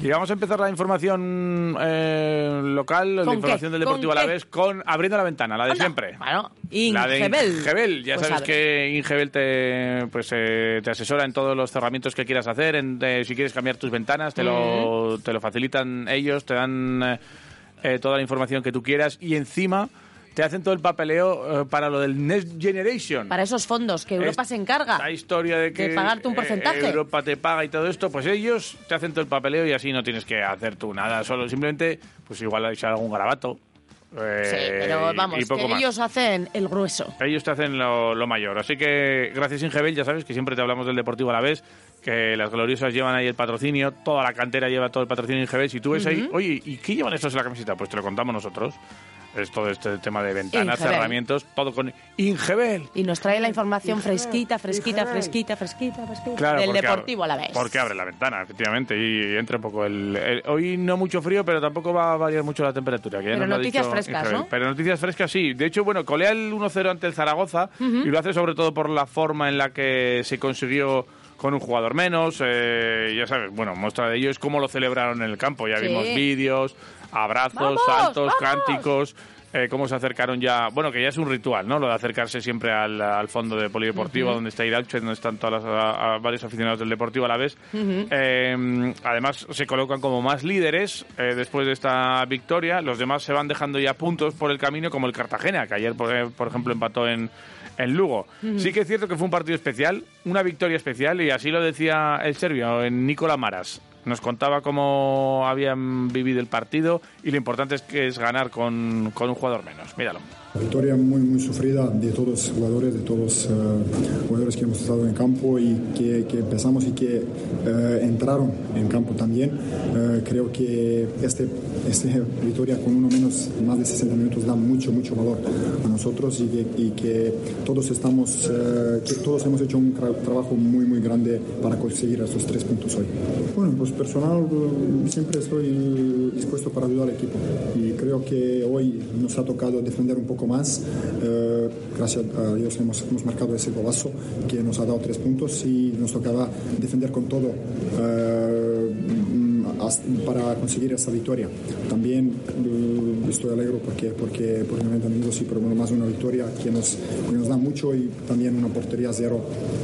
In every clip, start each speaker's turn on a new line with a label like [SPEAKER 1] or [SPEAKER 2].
[SPEAKER 1] Y vamos a empezar la información eh, local, la
[SPEAKER 2] ¿Con
[SPEAKER 1] información
[SPEAKER 2] qué?
[SPEAKER 1] del Deportivo
[SPEAKER 2] ¿Con
[SPEAKER 1] a la
[SPEAKER 2] qué?
[SPEAKER 1] vez, con abriendo la ventana, la de
[SPEAKER 2] Anda,
[SPEAKER 1] siempre.
[SPEAKER 2] Bueno,
[SPEAKER 1] La de
[SPEAKER 2] Ingebel.
[SPEAKER 1] Ingebel. Ya
[SPEAKER 2] Pues
[SPEAKER 1] sabes
[SPEAKER 2] a ver.
[SPEAKER 1] que Ingebel te, pues, eh, te asesora en todos los cerramientos que quieras hacer, en, eh, si quieres cambiar tus ventanas, te, lo, te lo facilitan ellos, te dan eh, eh, toda la información que tú quieras y encima te hacen todo el papeleo eh, para lo del Next Generation.
[SPEAKER 2] Para esos fondos que Europa
[SPEAKER 1] Es-
[SPEAKER 2] se encarga.
[SPEAKER 1] La historia de que
[SPEAKER 2] Ah, pagarte un
[SPEAKER 1] eh,
[SPEAKER 2] porcentaje.
[SPEAKER 1] Europa te paga y todo esto, pues ellos te hacen todo el papeleo y así no tienes que hacer tú nada, solo simplemente, pues igual hay algún garabato. eh,
[SPEAKER 2] Sí, pero
[SPEAKER 1] y-
[SPEAKER 2] vamos,
[SPEAKER 1] y poco
[SPEAKER 2] que
[SPEAKER 1] más.
[SPEAKER 2] ellos hacen el grueso.
[SPEAKER 1] Ellos te hacen lo, lo mayor. Así que gracias Ingebel, ya sabes que siempre te hablamos del deportivo a la vez, que las gloriosas llevan ahí el patrocinio, toda la cantera lleva todo el patrocinio Ingebel. Si tú ves ahí, oye, ¿y qué llevan estos en la camiseta? Pues te lo contamos nosotros. Es todo este tema de ventanas,
[SPEAKER 2] Ingebel.
[SPEAKER 1] herramientas, todo con Ingebel.
[SPEAKER 2] Y nos trae la información fresquita, fresquita, fresquita, fresquita, fresquita.
[SPEAKER 1] Claro,
[SPEAKER 2] del
[SPEAKER 1] porque
[SPEAKER 2] deportivo
[SPEAKER 1] abre-
[SPEAKER 2] a la vez.
[SPEAKER 1] Porque abre la ventana, efectivamente, y entra un poco el, el- Hoy no mucho frío, pero tampoco va a variar mucho la temperatura. Que ya
[SPEAKER 2] Pero
[SPEAKER 1] nos lo ha
[SPEAKER 2] noticias
[SPEAKER 1] dicho
[SPEAKER 2] frescas,
[SPEAKER 1] Isabel.
[SPEAKER 2] ¿no?
[SPEAKER 1] Pero noticias frescas, sí. De hecho, bueno, colea el 1-0 ante el Zaragoza y lo hace sobre todo por la forma en la que se consiguió con un jugador menos. eh, ya sabes, bueno, muestra de ello es cómo lo celebraron en el campo. Ya
[SPEAKER 2] Sí.
[SPEAKER 1] vimos vídeos, abrazos,
[SPEAKER 2] ¡Vamos,
[SPEAKER 1] saltos,
[SPEAKER 2] vamos!
[SPEAKER 1] cánticos. eh, cómo se acercaron ya, bueno, que ya es un ritual, ¿no? Lo de acercarse siempre al, al fondo de polideportivo, donde está Irauche, donde están todas las, a- a varios aficionados del deportivo a la vez. Eh, además, se colocan como más líderes eh, después de esta victoria. Los demás se van dejando ya puntos por el camino, como el Cartagena, que ayer, por, por ejemplo, empató en, en Lugo. Sí que es cierto que fue un partido especial, una victoria especial, y así lo decía el serbio, en Nicola Maras. Nos contaba cómo habían vivido el partido y lo importante es que es ganar con, con un jugador menos. Míralo.
[SPEAKER 3] Victoria muy, muy sufrida de todos los jugadores, de todos los jugadores que hemos estado en campo y que, que empezamos y que eh, entraron en campo también. Eh, creo que este, este victoria con uno menos, más de 60 minutos, da mucho, mucho valor a nosotros y que, y que todos estamos, eh, que todos hemos hecho un tra- trabajo muy, muy grande para conseguir esos tres puntos hoy. Bueno, pues personal eh, siempre estoy dispuesto para ayudar al equipo y creo que hoy nos ha tocado defender un poco más. Eh, gracias a Dios hemos, hemos marcado ese golazo que nos ha dado tres puntos y nos tocaba defender con todo. eh, mm, hasta- para conseguir esa victoria. También eh, estoy alegre porque, porque por 90 minutos sí, pero bueno, más una victoria que nos, que nos da mucho y también una portería cero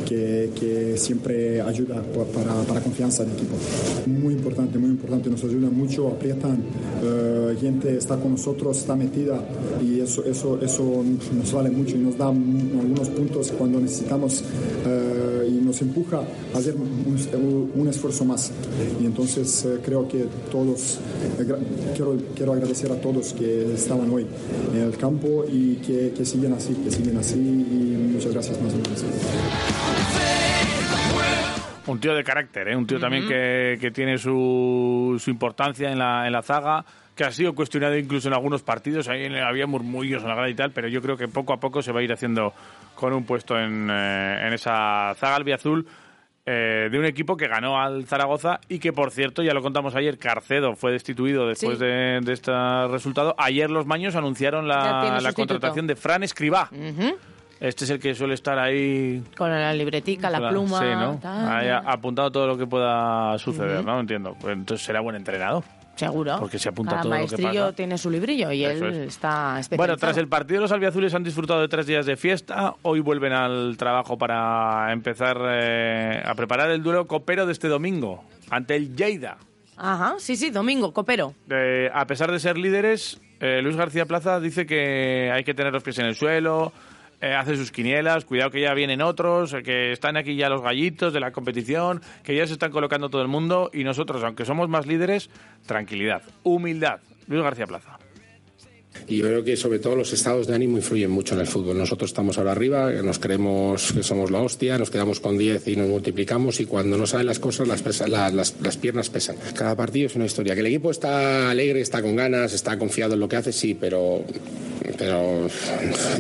[SPEAKER 3] que, que siempre ayuda pa- para, para confianza del equipo. Muy importante, muy importante, nos ayuda mucho, aprietan, eh, gente está con nosotros, está metida y eso, eso, eso nos vale mucho y nos da mm, algunos puntos cuando necesitamos. eh, y nos empuja a hacer un, un esfuerzo más. Y entonces eh, creo que todos, eh, gra- quiero, quiero agradecer a todos que estaban hoy en el campo y que, que siguen así, que siguen así y muchas gracias. Muchas gracias.
[SPEAKER 1] Un tío de carácter, ¿eh? un tío también que, que tiene su, su importancia en la, en la zaga, que ha sido cuestionado incluso en algunos partidos, ahí en- había murmullos en la grada y tal, pero yo creo que poco a poco se va a ir haciendo con un puesto en, eh, en esa zaga albiazul eh, de un equipo que ganó al Zaragoza y que, por cierto, ya lo contamos ayer, Carcedo fue destituido después
[SPEAKER 2] Sí.
[SPEAKER 1] de, de este resultado. Ayer los maños anunciaron
[SPEAKER 2] Ya tiene
[SPEAKER 1] la, la
[SPEAKER 2] sustituto.
[SPEAKER 1] contratación de Fran Escribá. Este es el que suele estar ahí
[SPEAKER 2] Con la libretica, la
[SPEAKER 1] Claro,
[SPEAKER 2] pluma.
[SPEAKER 1] Sí, ¿no? Ah,
[SPEAKER 2] tal.
[SPEAKER 1] Ahí ha- ha apuntado todo lo que pueda suceder, ¿no? Entiendo. Pues entonces será buen entrenador.
[SPEAKER 2] Seguro.
[SPEAKER 1] Porque se apunta
[SPEAKER 2] Cada
[SPEAKER 1] todo lo que
[SPEAKER 2] maestrillo
[SPEAKER 1] pasa.
[SPEAKER 2] tiene su librillo y
[SPEAKER 1] Eso
[SPEAKER 2] él
[SPEAKER 1] es.
[SPEAKER 2] está
[SPEAKER 1] Bueno,
[SPEAKER 2] especializado.
[SPEAKER 1] tras el partido los albiazules han disfrutado de tres días de fiesta. Hoy vuelven al trabajo para empezar eh, a preparar el duelo copero de este domingo ante el Lleida.
[SPEAKER 2] Ajá, sí, sí, domingo, copero.
[SPEAKER 1] Eh, a pesar de ser líderes, eh, Luis García Plaza dice que hay que tener los pies en el suelo, eh, hace sus quinielas, cuidado que ya vienen otros, eh, que están aquí ya los gallitos de la competición, que ya se están colocando todo el mundo y nosotros, aunque somos más líderes, tranquilidad, humildad. Luis García Plaza.
[SPEAKER 4] Y yo creo que sobre todo los estados de ánimo influyen mucho en el fútbol. Nosotros estamos ahora arriba, nos creemos que somos la hostia, nos quedamos con 10 y nos multiplicamos y cuando no salen las cosas las, pesa- la- las, las piernas pesan. Cada partido es una historia. Que el equipo está alegre, está con ganas, está confiado en lo que hace, sí, pero... Pero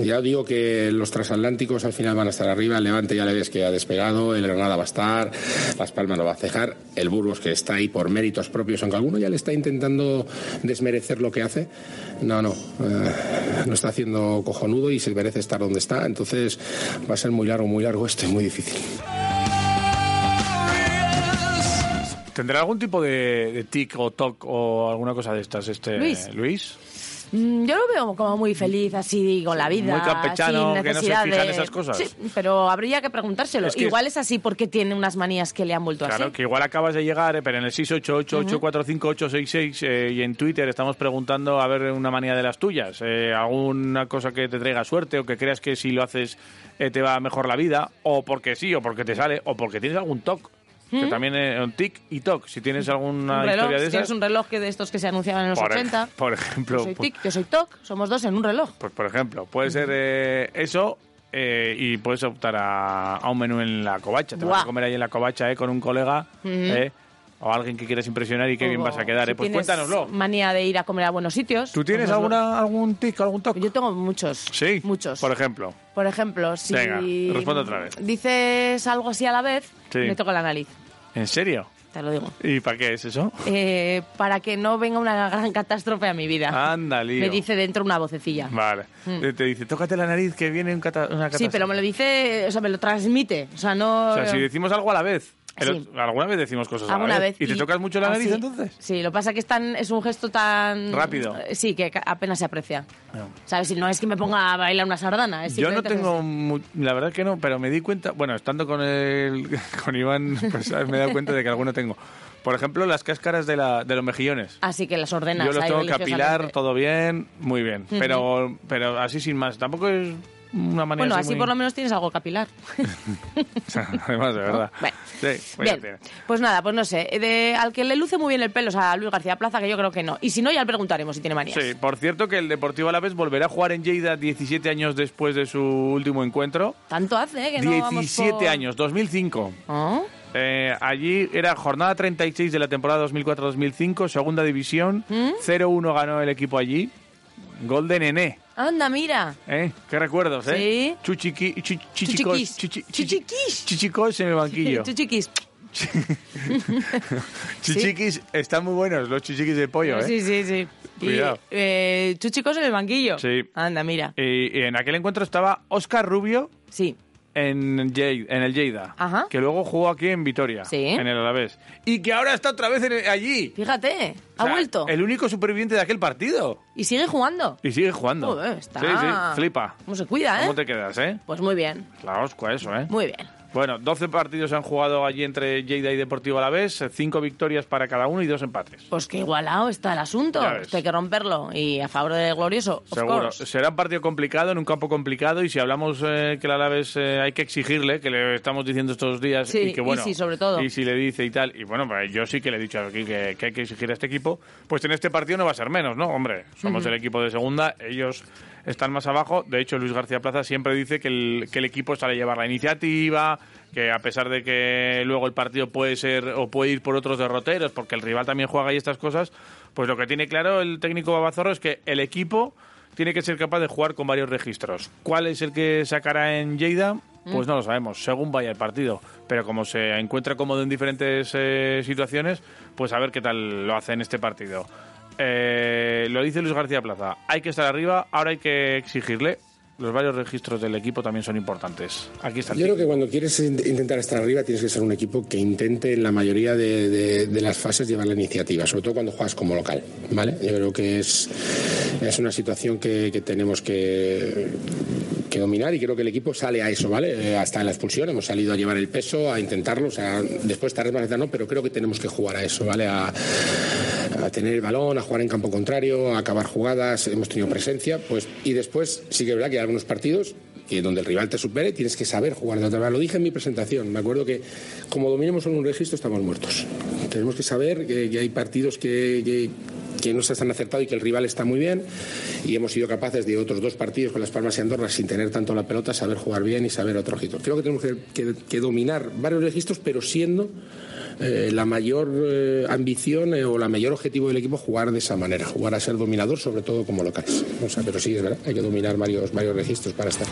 [SPEAKER 4] ya digo que los transatlánticos al final van a estar arriba, el Levante ya le ves que ha despegado, el Granada va a estar, Las Palmas lo va a cejar, el Burgos que está ahí por méritos propios, aunque alguno ya le está intentando desmerecer lo que hace, no, no, eh, lo está haciendo cojonudo y se merece estar donde está, entonces va a ser muy largo, muy largo esto y muy difícil.
[SPEAKER 1] ¿Tendrá algún tipo de, de tic o toc o alguna cosa de estas este
[SPEAKER 2] Luis.
[SPEAKER 1] Luis?
[SPEAKER 2] Mm, Yo lo veo como muy feliz así con la vida.
[SPEAKER 1] muy campechano,
[SPEAKER 2] sin
[SPEAKER 1] que no se
[SPEAKER 2] necesidad
[SPEAKER 1] fijan
[SPEAKER 2] de-
[SPEAKER 1] esas cosas.
[SPEAKER 2] Sí, pero habría que preguntárselo.
[SPEAKER 1] Es que-
[SPEAKER 2] Igual es así porque tiene unas manías que le han vuelto
[SPEAKER 1] Claro,
[SPEAKER 2] así.
[SPEAKER 1] que igual acabas de llegar, eh, pero en el 688-845-866 eh, y en Twitter estamos preguntando a ver una manía de las tuyas, eh, alguna cosa que te traiga suerte o que creas que si lo haces eh, te va mejor la vida, o porque sí, o porque te sale, o porque tienes algún TOC, que también es un tic y TOC, si tienes alguna
[SPEAKER 2] ¿Mm? un reloj,
[SPEAKER 1] historia de
[SPEAKER 2] si
[SPEAKER 1] esas.
[SPEAKER 2] tienes un reloj que de estos que se anunciaban en los
[SPEAKER 1] por, ej-
[SPEAKER 2] 80.
[SPEAKER 1] por
[SPEAKER 2] Yo
[SPEAKER 1] ejemplo,
[SPEAKER 2] soy
[SPEAKER 1] pues,
[SPEAKER 2] tic, yo soy toc, somos dos en un reloj.
[SPEAKER 1] pues por ejemplo, puede ser eh, eso eh, y puedes optar a, a un menú en la covacha. Te vas a
[SPEAKER 2] Buah.
[SPEAKER 1] comer ahí en la covacha eh, con un colega eh, o alguien que quieres impresionar y qué bien
[SPEAKER 2] Hugo,
[SPEAKER 1] vas a quedar.
[SPEAKER 2] Oh, si
[SPEAKER 1] eh. Pues
[SPEAKER 2] tienes
[SPEAKER 1] cuéntanoslo.
[SPEAKER 2] manía de ir a comer a buenos sitios.
[SPEAKER 1] ¿Tú tienes
[SPEAKER 2] cuéntanoslo.
[SPEAKER 1] alguna, algún tic, algún toque?
[SPEAKER 2] Yo tengo muchos.
[SPEAKER 1] sí,
[SPEAKER 2] Muchos.
[SPEAKER 1] Por ejemplo,
[SPEAKER 2] Por ejemplo, si
[SPEAKER 1] Venga, responde otra vez.
[SPEAKER 2] dices algo así a la vez,
[SPEAKER 1] Sí.
[SPEAKER 2] me toco la nariz,
[SPEAKER 1] ¿en serio?
[SPEAKER 2] te lo digo.
[SPEAKER 1] ¿Y para qué es eso?
[SPEAKER 2] Eh, para que no venga una gran catástrofe a mi vida.
[SPEAKER 1] Anda, lío.
[SPEAKER 2] me dice dentro una vocecilla.
[SPEAKER 1] Vale. Te- Te dice, tócate la nariz que viene un cata- una catástrofe.
[SPEAKER 2] Sí, pero me lo dice, o sea, me lo transmite. O sea, no...
[SPEAKER 1] O sea, si decimos algo a la vez. el
[SPEAKER 2] Sí.
[SPEAKER 1] otro- alguna vez decimos cosas a
[SPEAKER 2] alguna
[SPEAKER 1] la vez.
[SPEAKER 2] vez.
[SPEAKER 1] ¿Y, te tocas mucho la
[SPEAKER 2] ah,
[SPEAKER 1] nariz
[SPEAKER 2] sí.
[SPEAKER 1] entonces?
[SPEAKER 2] Sí, lo que pasa que es, tan, es un gesto tan...
[SPEAKER 1] Rápido. Ah.
[SPEAKER 2] eh, Sí, que ca- apenas se aprecia. ¿Sabes? Si no es que me ponga a bailar una sardana. es
[SPEAKER 1] Yo no
[SPEAKER 2] simplemente pues, que-
[SPEAKER 1] tengo, mu- la verdad que no, pero me di cuenta, bueno, estando con el, con Iván, pues ¿sabes? me he dado cuenta de que alguno tengo. Por ejemplo, las cáscaras de, la, de los mejillones.
[SPEAKER 2] Así que las ordenas
[SPEAKER 1] Yo los
[SPEAKER 2] ahí
[SPEAKER 1] tengo que apilar,
[SPEAKER 2] religiosamente.
[SPEAKER 1] todo bien, muy bien. Pero, pero así sin más, tampoco es una manera
[SPEAKER 2] Bueno, así por lo menos tienes algo capilar.
[SPEAKER 1] Además, de verdad.
[SPEAKER 2] Bueno.
[SPEAKER 1] Sí, voy a
[SPEAKER 2] Bien,
[SPEAKER 1] hacer.
[SPEAKER 2] pues nada, pues no sé. De, al que le luce muy bien el pelo es a Luis García Plaza, que yo creo que no. Y si no, ya le preguntaremos si tiene manías.
[SPEAKER 1] Sí, por cierto que el Deportivo Alavés volverá a jugar en Lleida 17 años después de su último encuentro.
[SPEAKER 2] Tanto hace ¿eh? que no vamos
[SPEAKER 1] 17
[SPEAKER 2] por-
[SPEAKER 1] años, 2005.
[SPEAKER 2] ¿Ah?
[SPEAKER 1] Eh, allí era jornada 36 de la temporada 2004-2005, segunda división.
[SPEAKER 2] ¿Mm?
[SPEAKER 1] 0-1 ganó el equipo allí. Gol de Nené.
[SPEAKER 2] Anda, mira.
[SPEAKER 1] ¿eh? ¿Qué recuerdos, eh?
[SPEAKER 2] Sí.
[SPEAKER 1] Chuchiqui, chu- chichicos,
[SPEAKER 2] Chuchiquis.
[SPEAKER 1] chichi-
[SPEAKER 2] Chichiquis.
[SPEAKER 1] Chichicos en el banquillo.
[SPEAKER 2] Chuchiquis.
[SPEAKER 1] Chichiquis están muy buenos, los chichiquis de pollo, ¿eh?
[SPEAKER 2] Sí, sí, sí. Y,
[SPEAKER 1] Cuidado.
[SPEAKER 2] eh, chuchicos en el banquillo.
[SPEAKER 1] Sí. Eh.
[SPEAKER 2] Anda, mira.
[SPEAKER 1] Y, y en aquel encuentro estaba Oscar Rubio
[SPEAKER 2] Sí.
[SPEAKER 1] en, Lleida- en el Lleida,
[SPEAKER 2] Ajá.
[SPEAKER 1] que luego jugó aquí en Vitoria,
[SPEAKER 2] Sí.
[SPEAKER 1] en el Alavés. Y que ahora está otra vez en- allí.
[SPEAKER 2] Fíjate, ¿eh?
[SPEAKER 1] O
[SPEAKER 2] ha
[SPEAKER 1] sea,
[SPEAKER 2] vuelto.
[SPEAKER 1] El único superviviente de aquel partido.
[SPEAKER 2] Y sigue jugando.
[SPEAKER 1] Y sigue jugando.
[SPEAKER 2] Joder, está-
[SPEAKER 1] Sí, sí, flipa.
[SPEAKER 2] ¿Cómo se cuida, eh?
[SPEAKER 1] ¿Cómo te quedas, eh?
[SPEAKER 2] Pues muy bien,
[SPEAKER 1] La oscua eso, ¿eh?
[SPEAKER 2] muy bien.
[SPEAKER 1] Bueno, 12 partidos se han jugado allí entre Lleida y Deportivo Alavés, 5 victorias para cada uno y 2 empates.
[SPEAKER 2] Pues que igualado está el asunto.
[SPEAKER 1] Ya ves.
[SPEAKER 2] Esto hay que romperlo. Y a favor del glorioso, of
[SPEAKER 1] Seguro.
[SPEAKER 2] course.
[SPEAKER 1] Será un partido complicado, en un campo complicado, y si hablamos eh, que el Alavés eh, hay que exigirle, que le estamos diciendo estos días,
[SPEAKER 2] Sí,
[SPEAKER 1] y que bueno...
[SPEAKER 2] y sí, sobre todo.
[SPEAKER 1] Y si le dice y tal, y bueno, pues, yo sí que le he dicho aquí que, que hay que exigir a este equipo, pues en este partido no va a ser menos, ¿no? Hombre, somos el equipo de segunda, ellos están más abajo, de hecho Luis García Plaza siempre dice que el, que el equipo sale a llevar la iniciativa, que a pesar de que luego el partido puede ser o puede ir por otros derroteros, porque el rival también juega y estas cosas, pues lo que tiene claro el técnico Babazorro es que el equipo tiene que ser capaz de jugar con varios registros. ¿Cuál es el que sacará en Lleida? Pues no lo sabemos, según vaya el partido. Pero como se encuentra cómodo en diferentes eh, situaciones, pues a ver qué tal lo hace en este partido. Eh, lo dice Luis García Plaza, hay que estar arriba, ahora hay que exigirle. Los varios registros del equipo también son importantes. Aquí está. el
[SPEAKER 4] Yo creo
[SPEAKER 1] tip.
[SPEAKER 4] que cuando quieres in- intentar estar arriba tienes que ser un equipo que intente en la mayoría de, de- de las fases llevar la iniciativa, sobre todo cuando juegas como local, ¿vale? Yo creo que es, es una situación que, que tenemos que, que dominar y creo que el equipo sale a eso, ¿vale? Eh, hasta en la expulsión hemos salido a llevar el peso, a intentarlo, o sea, después tarde más tarde no, pero creo que tenemos que jugar a eso, ¿vale? A, a tener el balón, a jugar en campo contrario, a acabar jugadas, hemos tenido presencia, pues y después sí que es verdad que hay algunos partidos que donde el rival te supere tienes que saber jugar de otra manera. Lo dije en mi presentación, me acuerdo que como dominemos en un registro estamos muertos. Tenemos que saber que, que hay partidos que, que- que no se están acertado y que el rival está muy bien y hemos sido capaces de otros dos partidos con Las Palmas y Andorra sin tener tanto la pelota, saber jugar bien y saber otro registro. Creo que tenemos que, que- que dominar varios registros pero siendo eh, la mayor eh, ambición eh, o la mayor objetivo del equipo jugar de esa manera, jugar a ser dominador, sobre todo como locales. O sea, pero sí, es verdad, hay que dominar varios, varios registros para estar.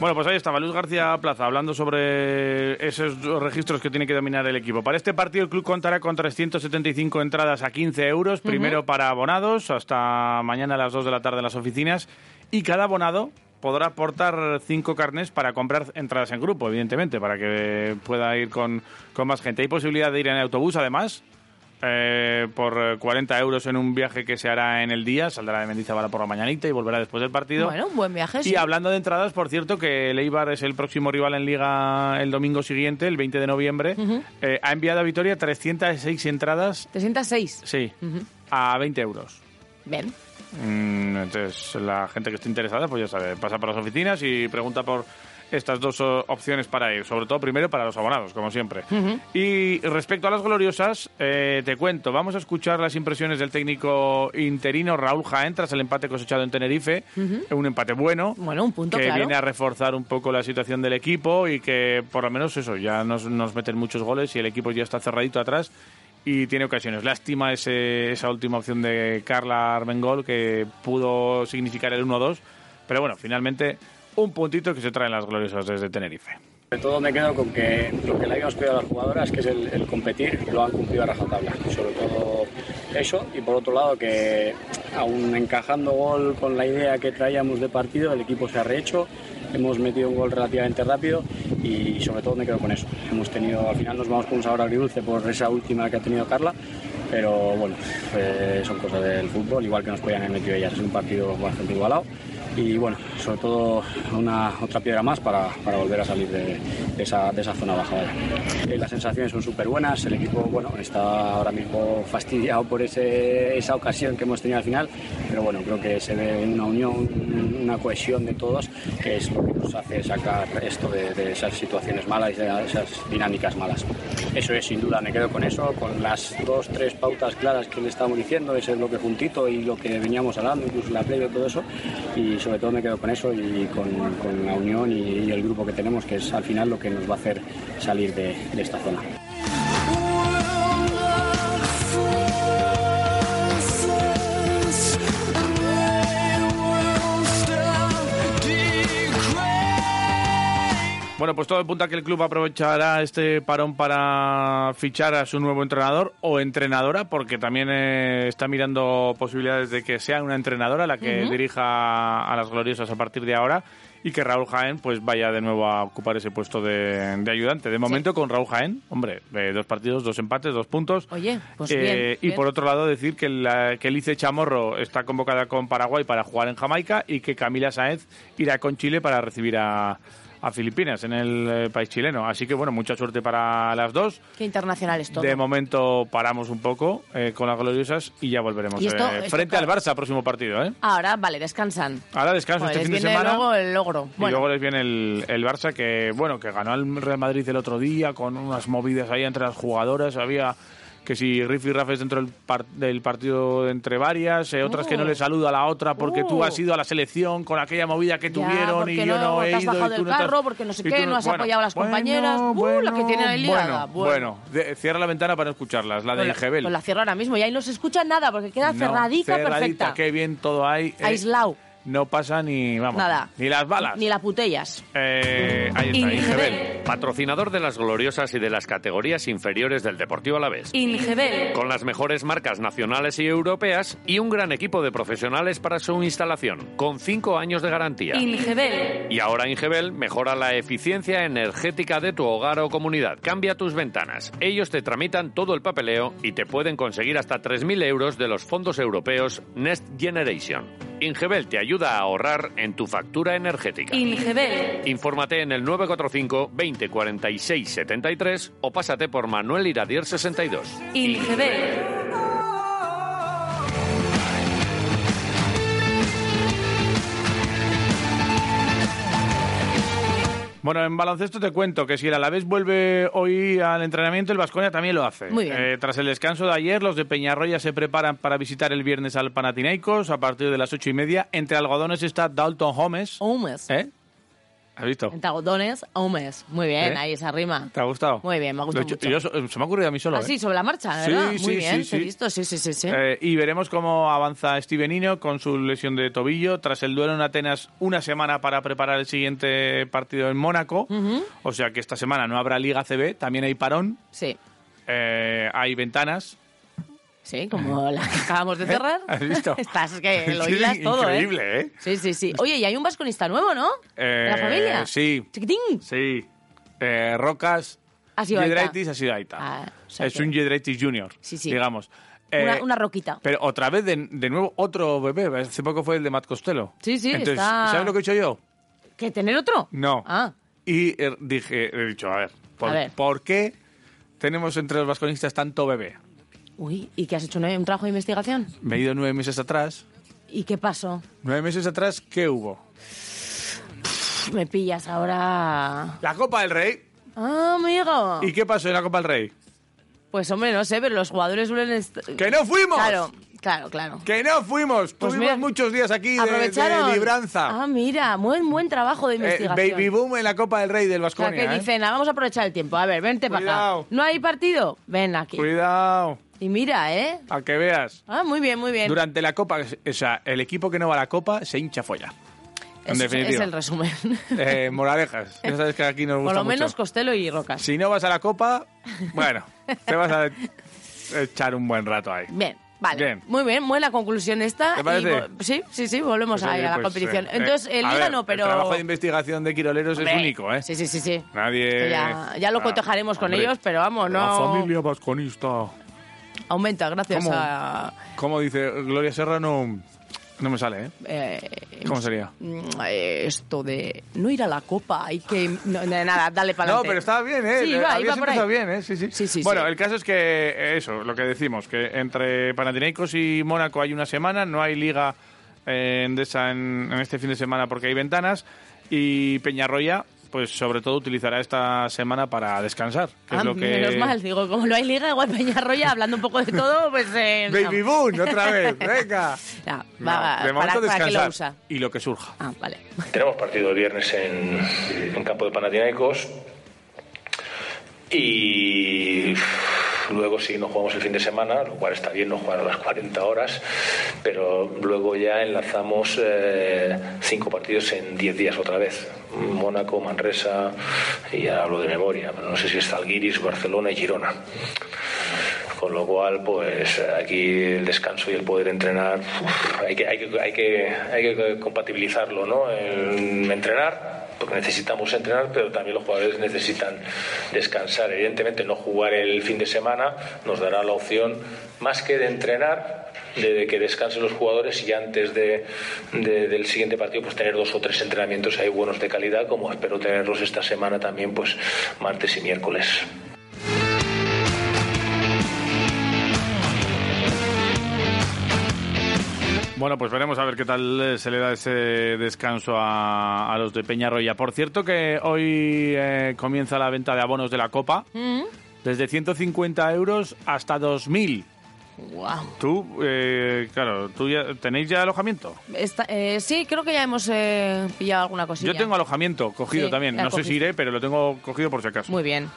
[SPEAKER 1] Bueno, pues ahí estaba Luis García Plaza hablando sobre esos registros que tiene que dominar el equipo. Para este partido el club contará con 375 entradas a 15 euros, primero para abonados hasta mañana a las 2 de la tarde en las oficinas y cada abonado podrá aportar cinco carnes para comprar entradas en grupo, evidentemente, para que pueda ir con, con más gente. Hay posibilidad de ir en autobús, además, eh, por eh, 40 euros en un viaje que se hará en el día. Saldrá de Mendizábal por la mañanita y volverá después del partido.
[SPEAKER 2] Bueno, un buen viaje.
[SPEAKER 1] Y
[SPEAKER 2] Ah, sí.
[SPEAKER 1] hablando de entradas, por cierto, que el Eibar es el próximo rival en Liga el domingo siguiente, el 20 de noviembre. Eh, ha enviado a Vitoria 306 entradas,
[SPEAKER 2] 306.
[SPEAKER 1] sí, a 20 euros.
[SPEAKER 2] Bien.
[SPEAKER 1] Mm, Entonces, la gente que esté interesada, pues ya sabe, pasa por las oficinas y pregunta por estas dos o- opciones para ir, sobre todo primero para los abonados, como siempre. Y respecto a las gloriosas, eh, te cuento, vamos a escuchar las impresiones del técnico interino Raúl Jaén tras el empate cosechado en Tenerife, un empate bueno,
[SPEAKER 2] Bueno, un punto,
[SPEAKER 1] que
[SPEAKER 2] claro.
[SPEAKER 1] viene a reforzar un poco la situación del equipo y que por lo menos eso, ya nos, nos meten muchos goles y el equipo ya está cerradito atrás y tiene ocasiones. Lástima ese- esa última opción de Carla Armengol que pudo significar el 1-2, pero bueno, finalmente un puntito que se traen las gloriosas desde Tenerife.
[SPEAKER 5] Sobre todo me quedo con que lo que le habíamos pedido a las jugadoras, que es el, el competir, lo han cumplido a rajatabla. Sobre todo eso. Y por otro lado, que aún encajando gol con la idea que traíamos de partido, el equipo se ha rehecho. Hemos metido un gol relativamente rápido y sobre todo me quedo con eso. Hemos tenido, al final nos vamos con un sabor agridulce por esa última que ha tenido Carla, pero bueno, eh, son cosas del fútbol, igual que nos podían haber metido ellas. Es un partido bastante igualado y bueno, sobre todo una otra piedra más para, para volver a salir de, de esa, de esa zona baja. vaya. Eh, las sensaciones son súper buenas, el equipo bueno, está ahora mismo fastidiado por ese- esa ocasión que hemos tenido al final, pero bueno, creo que se ve una unión, una cohesión de todos, que es lo que nos hace sacar esto de, de esas situaciones malas y de esas dinámicas malas. Eso es, sin duda, me quedo con eso, con las dos, tres pautas claras que le estábamos diciendo, ese bloque juntito y lo que veníamos hablando, incluso la previa y todo eso, y sobre todo me quedo con eso y con, con la unión y, y el grupo que tenemos, que es al final lo que nos va a hacer salir de- de esta zona.
[SPEAKER 1] Bueno, pues todo apunta a que el club aprovechará este parón para fichar a su nuevo entrenador o entrenadora, porque también eh, está mirando posibilidades de que sea una entrenadora la que dirija a las gloriosas a partir de ahora y que Raúl Jaén pues vaya de nuevo a ocupar ese puesto de, de ayudante. De momento con Raúl Jaén, hombre, eh, dos partidos, dos empates, dos puntos.
[SPEAKER 2] Oye, pues bien,
[SPEAKER 1] Eh, y
[SPEAKER 2] bien.
[SPEAKER 1] por otro lado decir que, la, que Lice Chamorro está convocada con Paraguay para jugar en Jamaica y que Camila Saez irá con Chile para recibir a, a Filipinas en el eh, país chileno. Así que bueno, mucha suerte para las dos.
[SPEAKER 2] Qué internacional es todo.
[SPEAKER 1] De momento paramos un poco eh, con las gloriosas y ya volveremos.
[SPEAKER 2] Y esto-
[SPEAKER 1] eh,
[SPEAKER 2] esto,
[SPEAKER 1] frente
[SPEAKER 2] claro.
[SPEAKER 1] al Barça, próximo partido. ¿eh?
[SPEAKER 2] Ahora, vale, descansan.
[SPEAKER 1] Ahora descanso
[SPEAKER 2] Joder,
[SPEAKER 1] este
[SPEAKER 2] les
[SPEAKER 1] fin de
[SPEAKER 2] viene
[SPEAKER 1] semana.
[SPEAKER 2] luego el logro.
[SPEAKER 1] Y
[SPEAKER 2] Bueno,
[SPEAKER 1] luego les viene el, el Barça que, bueno, que ganó al Real Madrid el otro día con unas movidas ahí entre las jugadoras. Había que si Riff y Rafes dentro del, par- del partido entre varias, eh, otras que no
[SPEAKER 2] Uh.
[SPEAKER 1] le saluda a la otra porque tú
[SPEAKER 2] Uh.
[SPEAKER 1] has ido a la selección con aquella movida que
[SPEAKER 2] Ya,
[SPEAKER 1] tuvieron y
[SPEAKER 2] porque
[SPEAKER 1] yo no,
[SPEAKER 2] no
[SPEAKER 1] he
[SPEAKER 2] te has
[SPEAKER 1] ido. y tú
[SPEAKER 2] bajado del
[SPEAKER 1] no te has-
[SPEAKER 2] carro, porque no sé
[SPEAKER 1] y tú
[SPEAKER 2] qué, no has apoyado a las compañeras. Uh, la que tiene ahí liada.
[SPEAKER 1] Bueno, bueno.
[SPEAKER 2] Bueno.
[SPEAKER 1] De- cierra la ventana para no escucharlas, la de
[SPEAKER 2] pues la-
[SPEAKER 1] Igebel.
[SPEAKER 2] pues la cierro ahora mismo y ahí no se escucha nada porque queda
[SPEAKER 1] No,
[SPEAKER 2] cerradica, perfecta.
[SPEAKER 1] Qué bien todo hay. eh,
[SPEAKER 2] Aislao.
[SPEAKER 1] No pasa ni, vamos,
[SPEAKER 2] Nada.
[SPEAKER 1] ni las balas.
[SPEAKER 2] Ni la putellas.
[SPEAKER 1] Eh, ahí está,
[SPEAKER 2] Ingebel.
[SPEAKER 1] Ingebel.
[SPEAKER 6] Patrocinador de las gloriosas y de las categorías inferiores del Deportivo Alavés.
[SPEAKER 2] Ingebel.
[SPEAKER 6] Con las mejores marcas nacionales y europeas y un gran equipo de profesionales para su instalación, con 5 años de garantía.
[SPEAKER 2] Ingebel.
[SPEAKER 6] Y ahora Ingebel mejora la eficiencia energética de tu hogar o comunidad. Cambia tus ventanas. Ellos te tramitan todo el papeleo y te pueden conseguir hasta 3.000 euros de los fondos europeos Next Generation. Ingebel te ayuda a ahorrar en tu factura energética.
[SPEAKER 2] Ingebel.
[SPEAKER 6] Infórmate en el 945 20 46 73 o pásate por Manuel Iradier 62.
[SPEAKER 2] Ingebel.
[SPEAKER 1] Bueno, en baloncesto te cuento que si el Alavés vuelve hoy al entrenamiento, el Vasconia también lo hace.
[SPEAKER 2] Muy bien.
[SPEAKER 1] Eh, tras el descanso de ayer, los de Peñarroya se preparan para visitar el viernes al
[SPEAKER 2] Oh.
[SPEAKER 1] Panathinaikos a partir de las ocho y media. Entre algodones está Dalton Holmes.
[SPEAKER 2] Homes.
[SPEAKER 1] ¿Eh? ¿Has visto?
[SPEAKER 2] Entagodones, homes. Muy bien,
[SPEAKER 1] ¿Eh?
[SPEAKER 2] ahí esa rima.
[SPEAKER 1] ¿Te ha gustado?
[SPEAKER 2] Muy bien, me ha
[SPEAKER 1] Lo he
[SPEAKER 2] gustado
[SPEAKER 1] hecho-
[SPEAKER 2] mucho. Ah,
[SPEAKER 1] yo- se me ha ocurrido a mí solo. ¿eh?
[SPEAKER 2] Así, sobre la marcha,
[SPEAKER 1] Sí,
[SPEAKER 2] ¿verdad?
[SPEAKER 1] sí,
[SPEAKER 2] Muy bien,
[SPEAKER 1] sí,
[SPEAKER 2] te he
[SPEAKER 1] sí.
[SPEAKER 2] visto, sí, sí, sí. sí.
[SPEAKER 1] Eh, y veremos cómo avanza Steven Nino con su lesión de tobillo tras el duelo en Atenas una semana para preparar el siguiente partido en Mónaco. O sea que esta semana no habrá Liga CB, también hay parón,
[SPEAKER 2] Sí,
[SPEAKER 1] eh, hay ventanas.
[SPEAKER 2] sí, como la que acabamos de cerrar.
[SPEAKER 1] ¿Eh? ¿Has visto?
[SPEAKER 2] Estás que lo
[SPEAKER 1] Sí,
[SPEAKER 2] hilas todo, ¿eh?
[SPEAKER 1] increíble, ¿eh?
[SPEAKER 2] Sí, sí, sí. Oye, y hay un vasconista nuevo, ¿no? ¿De la
[SPEAKER 1] Eh,
[SPEAKER 2] familia?
[SPEAKER 1] sí.
[SPEAKER 2] Chiquitín.
[SPEAKER 1] Sí. Eh, Rocas,
[SPEAKER 2] Ha sido Aita.
[SPEAKER 1] Yedraitis ha sido Aita.
[SPEAKER 2] Ah, o sea
[SPEAKER 1] es
[SPEAKER 2] que-
[SPEAKER 1] un Yedraitis Junior,
[SPEAKER 2] Sí, sí.
[SPEAKER 1] digamos.
[SPEAKER 2] Una-
[SPEAKER 1] Eh,
[SPEAKER 2] una roquita.
[SPEAKER 1] Pero otra vez, de, de nuevo, otro bebé. Hace poco fue el de Matt Costello.
[SPEAKER 2] Sí, sí,
[SPEAKER 1] Entonces,
[SPEAKER 2] está-
[SPEAKER 1] ¿sabes lo que he hecho yo?
[SPEAKER 2] ¿Que tener otro?
[SPEAKER 1] No.
[SPEAKER 2] Ah,
[SPEAKER 1] Y eh, dije, he dicho, a ver, ¿por,
[SPEAKER 2] A ver.
[SPEAKER 1] por qué tenemos entre los vasconistas tanto bebé?
[SPEAKER 2] uy, ¿y qué has hecho? ¿Un, un trabajo de investigación?
[SPEAKER 1] Me he ido nueve meses atrás.
[SPEAKER 2] ¿Y qué pasó?
[SPEAKER 1] ¿Nueve meses atrás qué hubo?
[SPEAKER 2] Pff, Me pillas ahora.
[SPEAKER 1] La Copa del Rey.
[SPEAKER 2] Ah, amigo.
[SPEAKER 1] ¿Y qué pasó en la Copa del Rey?
[SPEAKER 2] Pues hombre, no sé, pero los jugadores suelen... est-
[SPEAKER 1] ¡Que no fuimos!
[SPEAKER 2] Claro, claro, claro.
[SPEAKER 1] ¡Que no fuimos!
[SPEAKER 2] Pues
[SPEAKER 1] Tuvimos
[SPEAKER 2] mira,
[SPEAKER 1] muchos días aquí de- de,
[SPEAKER 2] Aprovecharon.
[SPEAKER 1] libranza.
[SPEAKER 2] Ah, mira, buen, buen trabajo de
[SPEAKER 1] Eh,
[SPEAKER 2] investigación.
[SPEAKER 1] baby boom en la Copa del Rey del
[SPEAKER 2] o sea, que
[SPEAKER 1] Vasconia. ¿eh?
[SPEAKER 2] dicen, ah, vamos a aprovechar el tiempo. A ver, vente para
[SPEAKER 1] Cuidado.
[SPEAKER 2] acá. ¿No hay partido? Ven aquí.
[SPEAKER 1] Cuidado,
[SPEAKER 2] Y mira, ¿eh?
[SPEAKER 1] a que veas.
[SPEAKER 2] Ah, muy bien, muy bien.
[SPEAKER 1] Durante la Copa, o sea, el equipo que no va a la Copa se hincha folla. En
[SPEAKER 2] Eso es-
[SPEAKER 1] definitiva.
[SPEAKER 2] Es el resumen.
[SPEAKER 1] Eh, moralejas. Ya sabes que aquí nos
[SPEAKER 2] Por
[SPEAKER 1] gusta
[SPEAKER 2] lo menos
[SPEAKER 1] mucho.
[SPEAKER 2] Costello y Rocas.
[SPEAKER 1] Si no vas a la copa, bueno, te vas a echar un buen rato ahí.
[SPEAKER 2] Bien, vale.
[SPEAKER 1] Bien.
[SPEAKER 2] Muy bien, buena conclusión esta.
[SPEAKER 1] ¿Te
[SPEAKER 2] y
[SPEAKER 1] parece?
[SPEAKER 2] vo- sí, sí, sí, volvemos
[SPEAKER 1] Pues,
[SPEAKER 2] a,
[SPEAKER 1] oye,
[SPEAKER 2] a la
[SPEAKER 1] pues,
[SPEAKER 2] competición.
[SPEAKER 1] eh,
[SPEAKER 2] Entonces,
[SPEAKER 1] eh,
[SPEAKER 2] el
[SPEAKER 1] a
[SPEAKER 2] Liga
[SPEAKER 1] ver,
[SPEAKER 2] no, pero...
[SPEAKER 1] El trabajo de investigación de Quiroleros es
[SPEAKER 2] Hombre,
[SPEAKER 1] único, ¿eh?
[SPEAKER 2] Sí, sí, sí, sí.
[SPEAKER 1] Nadie.
[SPEAKER 2] Ya, ya lo
[SPEAKER 1] Ah,
[SPEAKER 2] cotejaremos con
[SPEAKER 1] hombre.
[SPEAKER 2] ellos, pero vamos,
[SPEAKER 1] La
[SPEAKER 2] no
[SPEAKER 1] familia vasconista.
[SPEAKER 2] aumenta gracias
[SPEAKER 1] ¿Cómo?
[SPEAKER 2] a...
[SPEAKER 1] Como dice Gloria Serrano, no me sale, ¿eh?
[SPEAKER 2] eh,
[SPEAKER 1] ¿Cómo sería?
[SPEAKER 2] mm, eh, esto de no ir a la copa, hay que... no, no, nada, dale para Ah,
[SPEAKER 1] No, pero estaba bien, ¿eh?
[SPEAKER 2] Sí, iba,
[SPEAKER 1] Habías
[SPEAKER 2] iba por
[SPEAKER 1] empezado
[SPEAKER 2] ahí.
[SPEAKER 1] bien, ¿eh? Sí, sí.
[SPEAKER 2] Sí, sí,
[SPEAKER 1] bueno,
[SPEAKER 2] sí.
[SPEAKER 1] el caso es que eh, eso, lo que decimos, que entre Panathinaikos y Mónaco hay una semana, no hay liga eh, endesa en, en este fin de semana porque hay ventanas, y Peñarroya, pues sobre todo utilizará esta semana para descansar, que
[SPEAKER 2] Ah,
[SPEAKER 1] es lo que...
[SPEAKER 2] Menos mal, digo, como lo hay liga, igual Peñarroya, hablando un poco de todo, pues... eh,
[SPEAKER 1] ¡Baby
[SPEAKER 2] no.
[SPEAKER 1] Boom! ¡Otra vez! ¡Venga!
[SPEAKER 2] No, va,
[SPEAKER 1] No,
[SPEAKER 2] va,
[SPEAKER 1] de
[SPEAKER 2] para,
[SPEAKER 1] momento
[SPEAKER 2] para que lo
[SPEAKER 1] descansar
[SPEAKER 2] usa.
[SPEAKER 1] y lo que surja.
[SPEAKER 2] Ah, vale.
[SPEAKER 7] Tenemos partido el viernes en, en campo de Panathinaikos y luego sí nos jugamos el fin de semana, lo cual está bien, no jugar a las 40 horas, pero luego ya enlazamos eh, cinco partidos en 10 días otra vez. Mónaco, Manresa, y ahora hablo de memoria, pero no sé si es Zalgiris, Barcelona y Girona. Con lo cual, pues aquí el descanso y el poder entrenar, uf, hay, que, hay, que, hay, que, hay que compatibilizarlo, ¿no? El entrenar, porque necesitamos entrenar, pero también los jugadores necesitan descansar. Evidentemente, no jugar el fin de semana nos dará la opción, más que de entrenar, de que descansen los jugadores y antes de, de- del siguiente partido pues tener dos o tres entrenamientos ahí buenos de calidad como espero tenerlos esta semana también pues martes y miércoles.
[SPEAKER 1] Bueno, pues veremos a ver qué tal eh, se le da ese descanso a, a los de Peñarroya. Por cierto, que hoy eh, comienza la venta de abonos de la Copa.
[SPEAKER 2] Mm.
[SPEAKER 1] Desde 150 euros hasta 2.000.
[SPEAKER 2] Guau.
[SPEAKER 1] Tú, eh, claro, ¿tú ya, ¿tenéis ya alojamiento?
[SPEAKER 2] Esta- eh, sí, creo que ya hemos eh, pillado alguna cosilla.
[SPEAKER 1] Yo tengo alojamiento cogido
[SPEAKER 2] Sí,
[SPEAKER 1] también.
[SPEAKER 2] la
[SPEAKER 1] No sé si
[SPEAKER 2] cogiste.
[SPEAKER 1] iré, pero lo tengo cogido por si acaso.
[SPEAKER 2] Muy bien.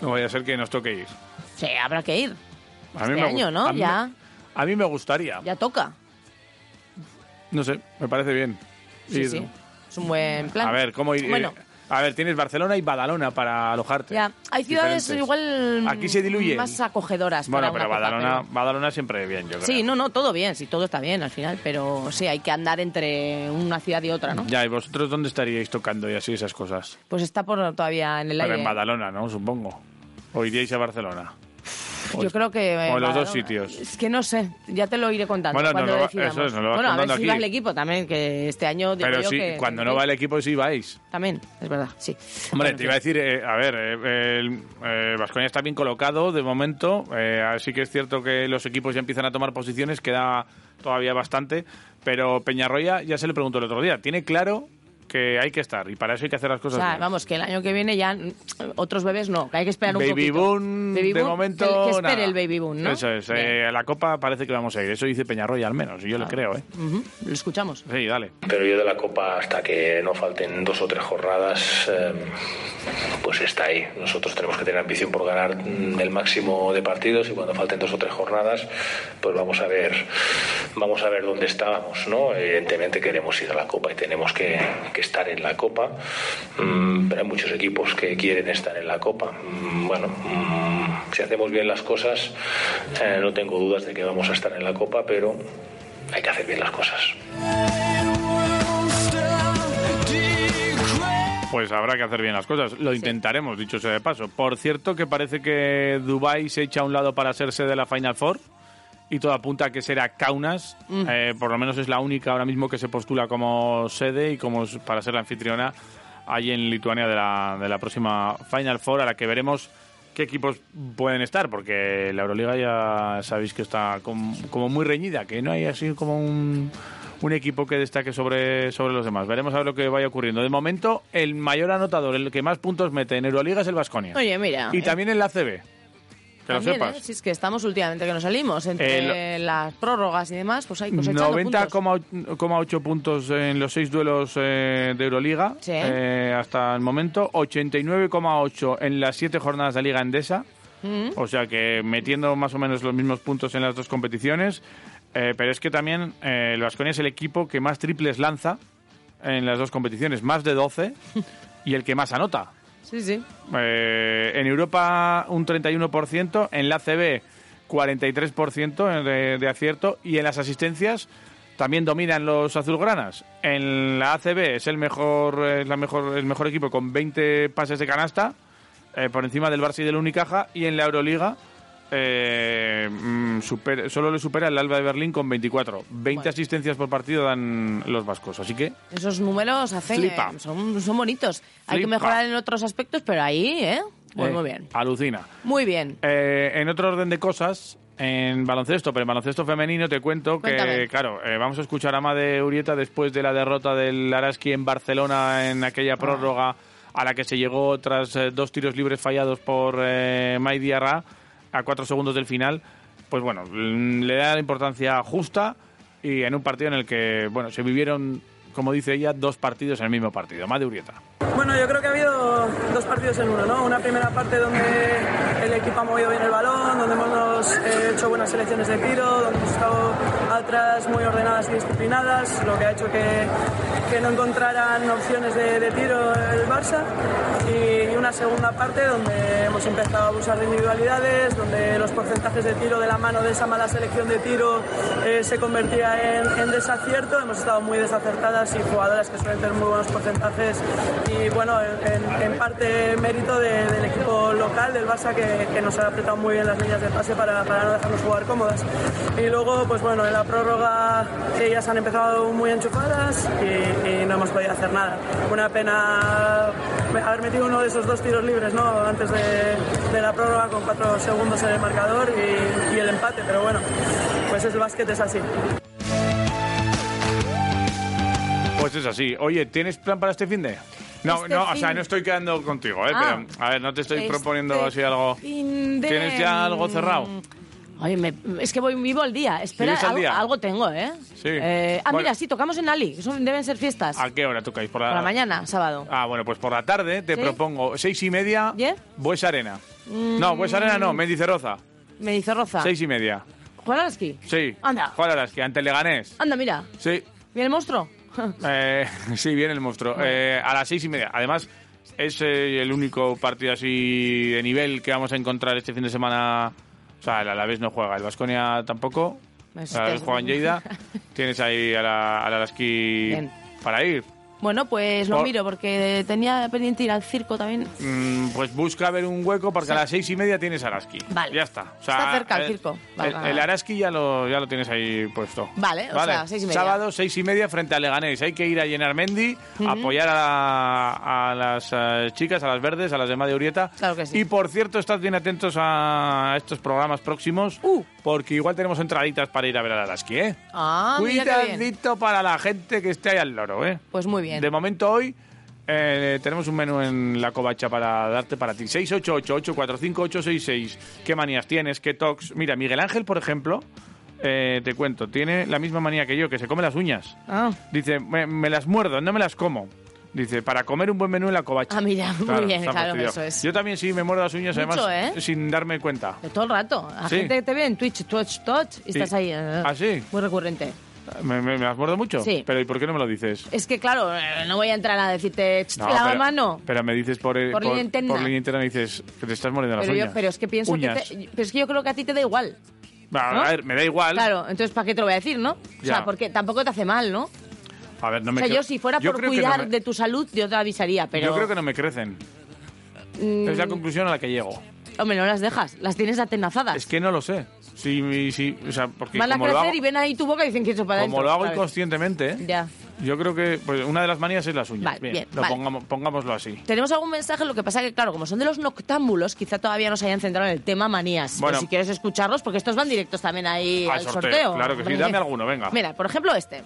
[SPEAKER 1] No vaya a ser que nos toque ir.
[SPEAKER 2] Sí, habrá que ir.
[SPEAKER 1] A
[SPEAKER 2] Este
[SPEAKER 1] me
[SPEAKER 2] año,
[SPEAKER 1] gust-
[SPEAKER 2] ¿no?
[SPEAKER 1] a mí
[SPEAKER 2] Ya.
[SPEAKER 1] me- A mí me gustaría.
[SPEAKER 2] Ya toca.
[SPEAKER 1] No sé, me parece bien.
[SPEAKER 2] Sí,
[SPEAKER 1] ir.
[SPEAKER 2] sí. Es un buen plan.
[SPEAKER 1] A ver, ¿cómo ir?
[SPEAKER 2] Bueno,
[SPEAKER 1] eh, a ver, tienes Barcelona y Badalona para alojarte.
[SPEAKER 2] ya. Hay ciudades
[SPEAKER 1] Diferentes.
[SPEAKER 2] igual
[SPEAKER 1] Aquí se diluye.
[SPEAKER 2] más acogedoras.
[SPEAKER 1] Bueno,
[SPEAKER 2] para
[SPEAKER 1] pero
[SPEAKER 2] una copa,
[SPEAKER 1] Badalona,
[SPEAKER 2] pero-
[SPEAKER 1] Badalona siempre bien, yo creo.
[SPEAKER 2] Sí, no, no, todo bien, sí, todo está bien al final, pero sí, hay que andar entre una ciudad y otra, ¿no?
[SPEAKER 1] Ya, ¿y vosotros dónde estaríais tocando y así esas cosas?
[SPEAKER 2] Pues está por todavía en el
[SPEAKER 1] Pero
[SPEAKER 2] aire.
[SPEAKER 1] en Badalona, ¿no? Supongo. ¿O iríais a Barcelona? O-
[SPEAKER 2] Yo creo que... eh,
[SPEAKER 1] O Pues en los dos
[SPEAKER 2] Badalona.
[SPEAKER 1] sitios.
[SPEAKER 2] Es que no sé, ya te lo iré contando
[SPEAKER 1] Bueno,
[SPEAKER 2] cuando
[SPEAKER 1] nos lo va-
[SPEAKER 2] decidamos.
[SPEAKER 1] eso es, nos lo vas
[SPEAKER 2] bueno, a ver
[SPEAKER 1] contando
[SPEAKER 2] si va
[SPEAKER 1] aquí.
[SPEAKER 2] el equipo también, que este año digo
[SPEAKER 1] Pero
[SPEAKER 2] yo
[SPEAKER 1] sí,
[SPEAKER 2] que-
[SPEAKER 1] cuando no va el equipo sí vais.
[SPEAKER 2] También, es verdad, sí.
[SPEAKER 1] Hombre,
[SPEAKER 2] Bueno,
[SPEAKER 1] te iba a decir, eh, a ver, eh, el Vasconia está bien colocado de momento, eh, así que es cierto que los equipos ya empiezan a tomar posiciones, queda todavía bastante, pero Peñarroya ya se le preguntó el otro día, tiene claro que hay que estar y para eso hay que hacer las
[SPEAKER 2] O
[SPEAKER 1] cosas
[SPEAKER 2] sea,
[SPEAKER 1] bien.
[SPEAKER 2] vamos, que el año que viene ya mm, otros bebés no, que hay que esperar un
[SPEAKER 1] Baby
[SPEAKER 2] poquito.
[SPEAKER 1] boom,
[SPEAKER 2] Baby
[SPEAKER 1] de
[SPEAKER 2] boom,
[SPEAKER 1] momento.
[SPEAKER 2] Que, que espere
[SPEAKER 1] nada.
[SPEAKER 2] el baby boom, ¿no?
[SPEAKER 1] Eso es.
[SPEAKER 2] Bien. Ah.
[SPEAKER 1] eh, a la copa parece que vamos a ir. Eso dice Peñarroya al menos, y yo le creo, ¿eh?
[SPEAKER 2] Ujú, Lo escuchamos.
[SPEAKER 1] Sí, dale.
[SPEAKER 7] Pero yo de la Copa, hasta que no falten dos o tres jornadas, eh, pues está ahí. Nosotros tenemos que tener ambición por ganar mm, el máximo de partidos y cuando falten dos o tres jornadas, pues vamos a ver, vamos a ver dónde estábamos, ¿no? Evidentemente queremos ir a la Copa y tenemos que, que estar en la Copa, mm, pero hay muchos equipos que quieren estar en la Copa. Mm, Bueno, mm, si hacemos bien las cosas, eh, no tengo dudas de que vamos a estar en la Copa, pero hay que hacer bien las cosas.
[SPEAKER 1] Pues habrá que hacer bien las cosas. Lo intentaremos, dicho sea de paso. Por cierto, que parece que Dubai se echa a un lado para hacerse de la Final Four. Y todo apunta a que será Kaunas.
[SPEAKER 2] Mm.
[SPEAKER 1] Eh, por lo menos es la única ahora mismo que se postula como sede y como s- para ser la anfitriona allí en Lituania de la, de la próxima Final Four, a la que veremos qué equipos pueden estar, porque la Euroliga ya sabéis que está com- como muy reñida, que no hay así como un, un equipo que destaque sobre, sobre los demás. Veremos a ver lo que vaya ocurriendo. De momento, el mayor anotador, el que más puntos mete en Euroliga es el Vasconia.
[SPEAKER 2] Oye, mira. eh,
[SPEAKER 1] Y también en la CB. Que lo
[SPEAKER 2] También,
[SPEAKER 1] sepas.
[SPEAKER 2] ¿eh? Si es que estamos últimamente que nos salimos entre
[SPEAKER 1] Eh,
[SPEAKER 2] las prórrogas y demás, pues hay cosechando puntos.
[SPEAKER 1] 90,8 puntos en los seis duelos eh, de Euroliga
[SPEAKER 2] Sí.
[SPEAKER 1] eh, hasta el momento, 89,8 en las siete jornadas de Liga Endesa,
[SPEAKER 2] Mm.
[SPEAKER 1] o sea que metiendo más o menos los mismos puntos en las dos competiciones, eh, pero es que también eh, el Vasconia es el equipo que más triples lanza en las dos competiciones, más de 12, y el que más anota.
[SPEAKER 2] Sí, sí.
[SPEAKER 1] Eh, en Europa un 31%, en la CB 43% de, de acierto y en las asistencias también dominan los azulgranas. En la ACB es el mejor, eh, la mejor, el mejor equipo con 20 pases de canasta eh, por encima del Barça y del Unicaja y en la Euroliga eh, mm, super- solo le supera el Alba de Berlín con 24. 20
[SPEAKER 2] Bueno.
[SPEAKER 1] asistencias por partido dan los vascos, así que
[SPEAKER 2] Esos números hacen, eh,
[SPEAKER 1] Flipa.
[SPEAKER 2] son, son bonitos. Hay que
[SPEAKER 1] Flipa.
[SPEAKER 2] mejorar en otros aspectos, pero ahí, ¿eh? Muy,
[SPEAKER 1] eh,
[SPEAKER 2] muy bien.
[SPEAKER 1] alucina.
[SPEAKER 2] Muy bien.
[SPEAKER 1] Eh, en otro orden de cosas, en baloncesto, pero en baloncesto femenino te cuento que,
[SPEAKER 2] Cuéntame.
[SPEAKER 1] claro, eh, vamos a escuchar a Made Urieta después de la derrota del Araski en Barcelona en aquella prórroga a la que se llegó tras eh, dos tiros libres fallados por eh, Mai Diarra a cuatro segundos del final. Pues bueno, mm, le da la importancia justa y en un partido en el que, bueno, se vivieron, como dice ella, dos partidos en el mismo partido. Made Urieta.
[SPEAKER 8] Bueno, yo creo que ha habido dos partidos en uno, ¿no? Una primera parte donde el equipo ha movido bien el balón, donde hemos eh, hecho buenas selecciones de tiro, donde hemos estado atrás muy ordenadas y disciplinadas, lo que ha hecho que, que no encontraran opciones de, de tiro el Barça. Y, una segunda parte donde hemos empezado a abusar de individualidades, donde los porcentajes de tiro de la mano de esa mala selección de tiro eh, se convertía en, en desacierto. Hemos estado muy desacertadas y jugadoras que suelen tener muy buenos porcentajes y bueno, en, en- en parte mérito de- del equipo local, del Barça, que, que nos ha apretado muy bien las líneas de pase para, para no dejarnos jugar cómodas. Y luego, pues bueno, en la prórroga ellas han empezado muy enchufadas y, y no hemos podido hacer nada. Una pena haber metido uno de esos dos tiros libres, ¿no? Antes de, de la prórroga con cuatro segundos en el marcador y, y el empate, pero bueno, pues el básquet es así.
[SPEAKER 1] Pues es así. Oye, ¿tienes plan para este fin de? No,
[SPEAKER 2] Este
[SPEAKER 1] no, o
[SPEAKER 2] fin-
[SPEAKER 1] sea, no estoy quedando contigo, ¿eh?
[SPEAKER 2] Ah.
[SPEAKER 1] pero, a ver, no te estoy
[SPEAKER 2] Este
[SPEAKER 1] proponiendo así algo.
[SPEAKER 2] fin de- Mm,
[SPEAKER 1] ¿Tienes ya algo cerrado?
[SPEAKER 2] Oye, me- es que voy vivo al día. Espera,
[SPEAKER 1] ¿Vives al
[SPEAKER 2] algo,
[SPEAKER 1] día?
[SPEAKER 2] algo tengo, ¿eh?
[SPEAKER 1] Sí.
[SPEAKER 2] Eh, ah,
[SPEAKER 1] Bueno.
[SPEAKER 2] mira, sí, tocamos en Ali. que son- deben ser fiestas.
[SPEAKER 1] ¿A qué hora tocáis?
[SPEAKER 2] Por la mañana, sábado.
[SPEAKER 1] Ah, bueno, pues por la tarde te
[SPEAKER 2] ¿Sí? Mm.
[SPEAKER 1] propongo seis y media,
[SPEAKER 2] ¿Bien?
[SPEAKER 1] Bues Arena. No, Bues Arena no, Mendizorroza.
[SPEAKER 2] Me dice Roza.
[SPEAKER 1] Seis y media.
[SPEAKER 2] Juan Araski.
[SPEAKER 1] Sí.
[SPEAKER 2] Anda. Ah.
[SPEAKER 1] ¿Cuál harás? Que ante el Leganés.
[SPEAKER 2] Anda, mira.
[SPEAKER 1] Sí.
[SPEAKER 2] ¿Viene el monstruo?
[SPEAKER 1] Eh, sí, viene el monstruo. Eh, a las seis y media. Además, es eh, el único partido así de nivel que vamos a encontrar este fin de semana. O sea, el Alavés no juega, el Vasconia tampoco.
[SPEAKER 2] Pues
[SPEAKER 1] El Alavés
[SPEAKER 2] te-
[SPEAKER 1] juega en Lleida. Tienes ahí a la, al Alaski
[SPEAKER 2] Bien.
[SPEAKER 1] para ir.
[SPEAKER 2] Bueno, pues lo
[SPEAKER 1] Por-
[SPEAKER 2] miro porque tenía pendiente ir al circo también.
[SPEAKER 1] Mm, pues busca ver un hueco porque a las seis y media tienes Araski.
[SPEAKER 2] Vale.
[SPEAKER 1] Ya está. O
[SPEAKER 2] Está cerca el
[SPEAKER 1] eh,
[SPEAKER 2] circo.
[SPEAKER 1] El,
[SPEAKER 2] Vale.
[SPEAKER 1] el Araski ya lo, ya lo tienes ahí puesto.
[SPEAKER 2] Vale, o sea, seis y media.
[SPEAKER 1] Sábado, seis y media frente al Leganés. Hay que ir a llenar Mendy, apoyar a, a las eh, chicas, a las verdes, a las demás de Urieta.
[SPEAKER 2] Claro que sí.
[SPEAKER 1] Y por cierto, estad bien atentos a estos programas próximos
[SPEAKER 2] Uh.
[SPEAKER 1] porque igual tenemos entraditas para ir a ver al Araski, ¿eh?
[SPEAKER 2] Ah, mira qué bien.
[SPEAKER 1] Cuidadito para la gente que esté ahí al loro, ¿eh?
[SPEAKER 2] Pues muy bien.
[SPEAKER 1] De momento hoy eh, tenemos un menú en la covacha para darte para ti. 688-845-866. ¿Qué manías tienes? ¿Qué tocs? Mira, Miguel Ángel, por ejemplo, eh, te cuento, tiene la misma manía que yo, que se come las uñas.
[SPEAKER 2] Ah.
[SPEAKER 1] Dice, me, me las muerdo, no me las como. Dice, para comer un buen menú en la covacha.
[SPEAKER 2] Ah, mira, muy bien,
[SPEAKER 1] está
[SPEAKER 2] claro,
[SPEAKER 1] fastidiado.
[SPEAKER 2] eso es.
[SPEAKER 1] Yo también sí me muerdo las uñas,
[SPEAKER 2] Mucho,
[SPEAKER 1] además,
[SPEAKER 2] ¿eh?
[SPEAKER 1] sin darme cuenta.
[SPEAKER 2] Pero todo el rato. La
[SPEAKER 1] Sí.
[SPEAKER 2] gente que te ve en Twitch, Twitch, Twitch, y
[SPEAKER 1] Sí.
[SPEAKER 2] estás ahí. eh,
[SPEAKER 1] ¿Ah, sí?
[SPEAKER 2] Muy recurrente.
[SPEAKER 1] ¿Me, me, me las muerdo mucho?
[SPEAKER 2] Sí.
[SPEAKER 1] Pero ¿y por qué no me lo dices?
[SPEAKER 2] Es que, claro, eh, no voy a entrar a decirte, "Ch,
[SPEAKER 1] No,
[SPEAKER 2] lava
[SPEAKER 1] pero-
[SPEAKER 2] mano.
[SPEAKER 1] Pero me dices por, eh,
[SPEAKER 2] Por línea interna.
[SPEAKER 1] por línea interna, me dices que te estás mordiendo las
[SPEAKER 2] Pero,
[SPEAKER 1] uñas.
[SPEAKER 2] yo, pero es que pienso que
[SPEAKER 1] Uñas.
[SPEAKER 2] te- pero es que yo creo que a ti te da igual.
[SPEAKER 1] Va,
[SPEAKER 2] ¿no?
[SPEAKER 1] A ver, me da igual.
[SPEAKER 2] Claro, entonces ¿para qué te lo voy a decir, no? O
[SPEAKER 1] Ya.
[SPEAKER 2] sea, porque tampoco te hace mal, ¿no?
[SPEAKER 1] A ver, no
[SPEAKER 2] O
[SPEAKER 1] me
[SPEAKER 2] sea,
[SPEAKER 1] creo-
[SPEAKER 2] yo si fuera
[SPEAKER 1] yo
[SPEAKER 2] por
[SPEAKER 1] creo que no
[SPEAKER 2] cuidar
[SPEAKER 1] me-
[SPEAKER 2] de tu salud, yo te avisaría, pero Mm.
[SPEAKER 1] Yo creo que no me crecen. Es la conclusión a la que llego.
[SPEAKER 2] hombre, no las dejas, las tienes atenazadas.
[SPEAKER 1] Es que no lo sé. Si, si, o sea, porque
[SPEAKER 2] Ah. Van a
[SPEAKER 1] como lo
[SPEAKER 2] crecer
[SPEAKER 1] hago,
[SPEAKER 2] y ven ahí tu boca y dicen que eso para
[SPEAKER 1] como
[SPEAKER 2] adentro,
[SPEAKER 1] lo hago
[SPEAKER 2] ¿sabes?
[SPEAKER 1] inconscientemente, ¿eh?
[SPEAKER 2] Ya.
[SPEAKER 1] yo creo que pues, una de las manías es las uñas.
[SPEAKER 2] Vale, bien,
[SPEAKER 1] lo
[SPEAKER 2] vale.
[SPEAKER 1] pongamos- pongámoslo así.
[SPEAKER 2] Tenemos algún mensaje, lo que pasa que, claro, como son de los noctámbulos, quizá todavía no se hayan centrado en el tema manías.
[SPEAKER 1] Bueno.
[SPEAKER 2] Pero si quieres escucharlos, porque estos van directos también ahí
[SPEAKER 1] Al
[SPEAKER 2] al
[SPEAKER 1] sorteo,
[SPEAKER 2] sorteo.
[SPEAKER 1] claro que sí.
[SPEAKER 2] hombre.
[SPEAKER 1] Dame alguno, venga.
[SPEAKER 2] Mira, por ejemplo este.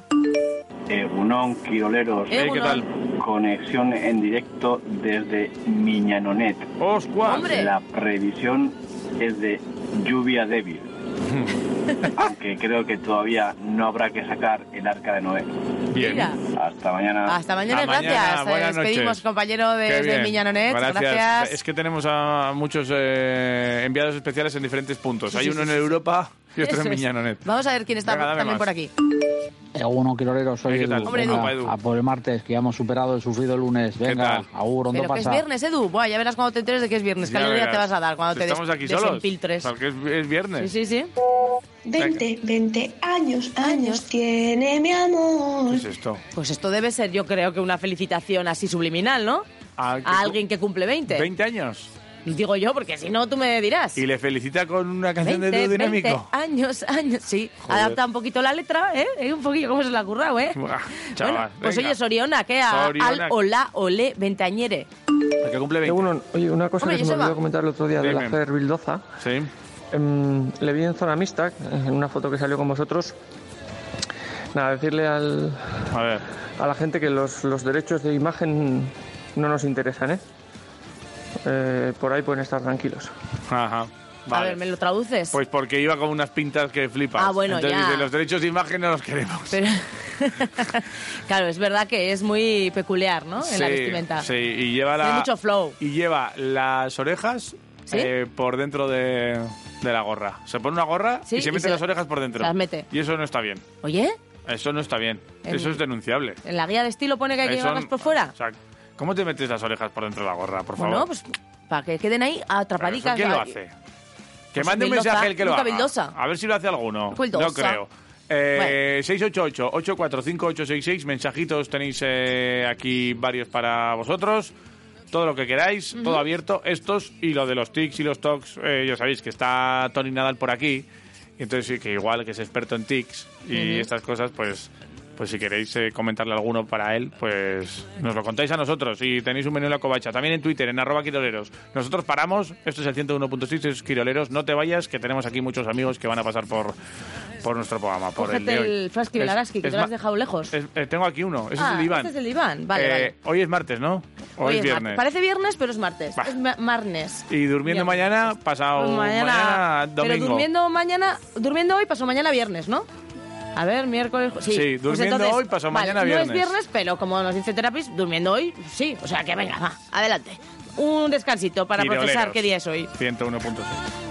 [SPEAKER 9] Egunon, Quioleros,
[SPEAKER 1] Eh, ¿Qué
[SPEAKER 2] Egunon.
[SPEAKER 1] tal?
[SPEAKER 9] conexión en directo desde Miñanonet.
[SPEAKER 1] ¡Oscua!
[SPEAKER 2] Hombre.
[SPEAKER 9] La previsión es de lluvia débil. Aunque creo que todavía no habrá que sacar el arca de Noé.
[SPEAKER 1] Bien.
[SPEAKER 2] Mira.
[SPEAKER 9] Hasta mañana.
[SPEAKER 2] Hasta mañana,
[SPEAKER 1] Hasta mañana,
[SPEAKER 2] gracias. Eh,
[SPEAKER 1] buenas
[SPEAKER 2] Nos despedimos,
[SPEAKER 1] noches.
[SPEAKER 2] compañero
[SPEAKER 1] Qué
[SPEAKER 2] de, de
[SPEAKER 1] bien.
[SPEAKER 2] Miñanonet. Gracias.
[SPEAKER 1] Es que tenemos a muchos eh, enviados especiales en diferentes puntos. Hay uno en Europa y otro
[SPEAKER 2] Eso
[SPEAKER 1] en
[SPEAKER 2] es.
[SPEAKER 1] Miñanonet.
[SPEAKER 2] Vamos a ver quién está
[SPEAKER 1] Venga, dame
[SPEAKER 2] también
[SPEAKER 1] más.
[SPEAKER 2] por aquí.
[SPEAKER 10] Eguno, Quirolero,
[SPEAKER 1] Ay,
[SPEAKER 10] soy
[SPEAKER 1] ¿qué
[SPEAKER 10] Edu.
[SPEAKER 1] tal?
[SPEAKER 2] Hombre,
[SPEAKER 10] Venga,
[SPEAKER 1] Edu. Opa, Edu.
[SPEAKER 10] A
[SPEAKER 8] Ah,
[SPEAKER 10] por el martes, que ya hemos superado el sufrido lunes. Venga,
[SPEAKER 1] tal?
[SPEAKER 10] agur, ondo
[SPEAKER 2] Pero que es
[SPEAKER 10] pasa.
[SPEAKER 2] viernes, Edu. Buah, ya verás cuando te enteres de que es viernes. ¿Qué
[SPEAKER 1] Ya
[SPEAKER 2] alegría
[SPEAKER 1] verás.
[SPEAKER 2] te vas a dar cuando te des-
[SPEAKER 1] Estamos aquí solos.
[SPEAKER 2] desenfiltres?
[SPEAKER 1] Porque es, es
[SPEAKER 2] Sí,
[SPEAKER 1] viernes.
[SPEAKER 2] sí, sí.
[SPEAKER 11] 20, 20 años, años tiene mi
[SPEAKER 1] ¿Qué
[SPEAKER 11] amor.
[SPEAKER 1] es esto?
[SPEAKER 2] Pues esto debe ser, yo creo, que una felicitación así subliminal, ¿no?
[SPEAKER 1] Ah, que
[SPEAKER 2] A
[SPEAKER 1] cu-
[SPEAKER 2] alguien que cumple 20.
[SPEAKER 1] 20 años.
[SPEAKER 2] Digo yo, porque si no, tú me dirás.
[SPEAKER 1] Y le felicita con una canción de
[SPEAKER 2] 20,
[SPEAKER 1] dúo dinámico.
[SPEAKER 2] 20 años, años, sí.
[SPEAKER 1] Joder.
[SPEAKER 2] Adapta un poquito la letra, ¿eh? ¿Eh? Un poquillo cómo se la ha currado, ¿eh?
[SPEAKER 1] Buah, chaval,
[SPEAKER 2] pues
[SPEAKER 1] venga.
[SPEAKER 2] oye, Soriona, que a,
[SPEAKER 1] Soriona.
[SPEAKER 2] al hola, ole, veinteañere.
[SPEAKER 1] La que cumple 20.
[SPEAKER 12] Egunon, oye, una cosa
[SPEAKER 2] Hombre,
[SPEAKER 12] que se me
[SPEAKER 2] Joseba.
[SPEAKER 12] olvidó comentar el otro día de
[SPEAKER 1] Dime.
[SPEAKER 12] la Fer Vildoza.
[SPEAKER 1] Sí.
[SPEAKER 12] Em, le vi en zona mixta, eh, en una foto que salió con vosotros. Nada, decirle al-
[SPEAKER 1] A ver.
[SPEAKER 12] a la gente que los, los derechos de imagen no nos interesan, ¿eh? Eh, Por ahí pueden estar tranquilos.
[SPEAKER 1] Ajá. Vale.
[SPEAKER 2] A ver, ¿me lo traduces?
[SPEAKER 1] Pues porque iba con unas pintas que flipas.
[SPEAKER 2] Ah, bueno,
[SPEAKER 1] Entonces
[SPEAKER 2] ya.
[SPEAKER 1] dice, los derechos de imagen no los queremos.
[SPEAKER 2] Pero- claro, es verdad que es muy peculiar, ¿no? En la
[SPEAKER 1] Sí,
[SPEAKER 2] vestimenta.
[SPEAKER 1] Sí, y lleva la...
[SPEAKER 2] Tiene mucho flow.
[SPEAKER 1] Y lleva las orejas
[SPEAKER 2] ¿Sí?
[SPEAKER 1] eh, por dentro de, de la gorra. Se pone una gorra
[SPEAKER 2] Sí,
[SPEAKER 1] y se
[SPEAKER 2] y
[SPEAKER 1] mete
[SPEAKER 2] se-
[SPEAKER 1] las orejas por dentro.
[SPEAKER 2] las mete.
[SPEAKER 1] Y eso no está bien.
[SPEAKER 2] Oye,
[SPEAKER 1] Eso no está bien.
[SPEAKER 2] En-
[SPEAKER 1] Eso es denunciable.
[SPEAKER 2] en la guía de estilo pone que hay que
[SPEAKER 1] Eso-
[SPEAKER 2] llevarlas por fuera.
[SPEAKER 1] O sea, ¿cómo te metes las orejas por dentro de la gorra, por favor?
[SPEAKER 2] Bueno, pues para que queden ahí
[SPEAKER 1] Pero eso,
[SPEAKER 2] atrapaditas.
[SPEAKER 1] ¿Quién lo
[SPEAKER 2] ahí.
[SPEAKER 1] hace? Que
[SPEAKER 2] Pues
[SPEAKER 1] mande un
[SPEAKER 2] Vildosa,
[SPEAKER 1] mensaje el que lo
[SPEAKER 2] Luca
[SPEAKER 1] haga.
[SPEAKER 2] Vildosa.
[SPEAKER 1] A ver si lo hace alguno.
[SPEAKER 2] Vildosa.
[SPEAKER 1] No creo. Eh, 688-845-866. Mensajitos tenéis eh, aquí varios para vosotros. Todo lo que queráis, todo abierto. Estos y lo de los tics y los tocs. eh, ya sabéis que está Tony Nadal por aquí. Y Entonces, sí, que igual que es experto en tics y estas cosas, pues. Pues si queréis eh, comentarle alguno para él, pues nos lo contáis a nosotros. Y tenéis un menú en la covacha. También en Twitter, en arroba quiroleros. Nosotros paramos. Esto es el 101.6, es quiroleros. No te vayas, que tenemos aquí muchos amigos que van a pasar por, por nuestro programa. Por el, de
[SPEAKER 2] Cógete
[SPEAKER 1] hoy.
[SPEAKER 2] el Frasky
[SPEAKER 1] Es-
[SPEAKER 2] Belaraski, que
[SPEAKER 1] es
[SPEAKER 2] te lo has
[SPEAKER 1] ma-
[SPEAKER 2] dejado lejos.
[SPEAKER 1] es- eh, tengo aquí uno. Ese es
[SPEAKER 2] Ah,
[SPEAKER 1] el diván. Eh,
[SPEAKER 2] este es el diván. Vale, vale.
[SPEAKER 1] Hoy es martes, ¿no? Hoy, es
[SPEAKER 2] es martes.
[SPEAKER 1] viernes.
[SPEAKER 2] Parece viernes, pero es martes.
[SPEAKER 1] Va.
[SPEAKER 2] Es ma- marnes.
[SPEAKER 1] Y durmiendo
[SPEAKER 2] Viernes.
[SPEAKER 1] mañana, pasado
[SPEAKER 2] Pues
[SPEAKER 1] mañana, domingo.
[SPEAKER 2] Pero durmiendo mañana, durmiendo hoy, pasó mañana viernes, ¿no? A ver, miércoles. ju- Sí,
[SPEAKER 1] Sí,
[SPEAKER 2] Pues
[SPEAKER 1] durmiendo
[SPEAKER 2] entonces,
[SPEAKER 1] hoy, pasó
[SPEAKER 2] vale,
[SPEAKER 1] mañana
[SPEAKER 2] No
[SPEAKER 1] viernes.
[SPEAKER 2] es viernes, pero como nos dice Terapis, durmiendo hoy, sí. O sea que venga, va, adelante. Un descansito para
[SPEAKER 1] Quiroleros.
[SPEAKER 2] procesar qué día es hoy.
[SPEAKER 1] 101.6.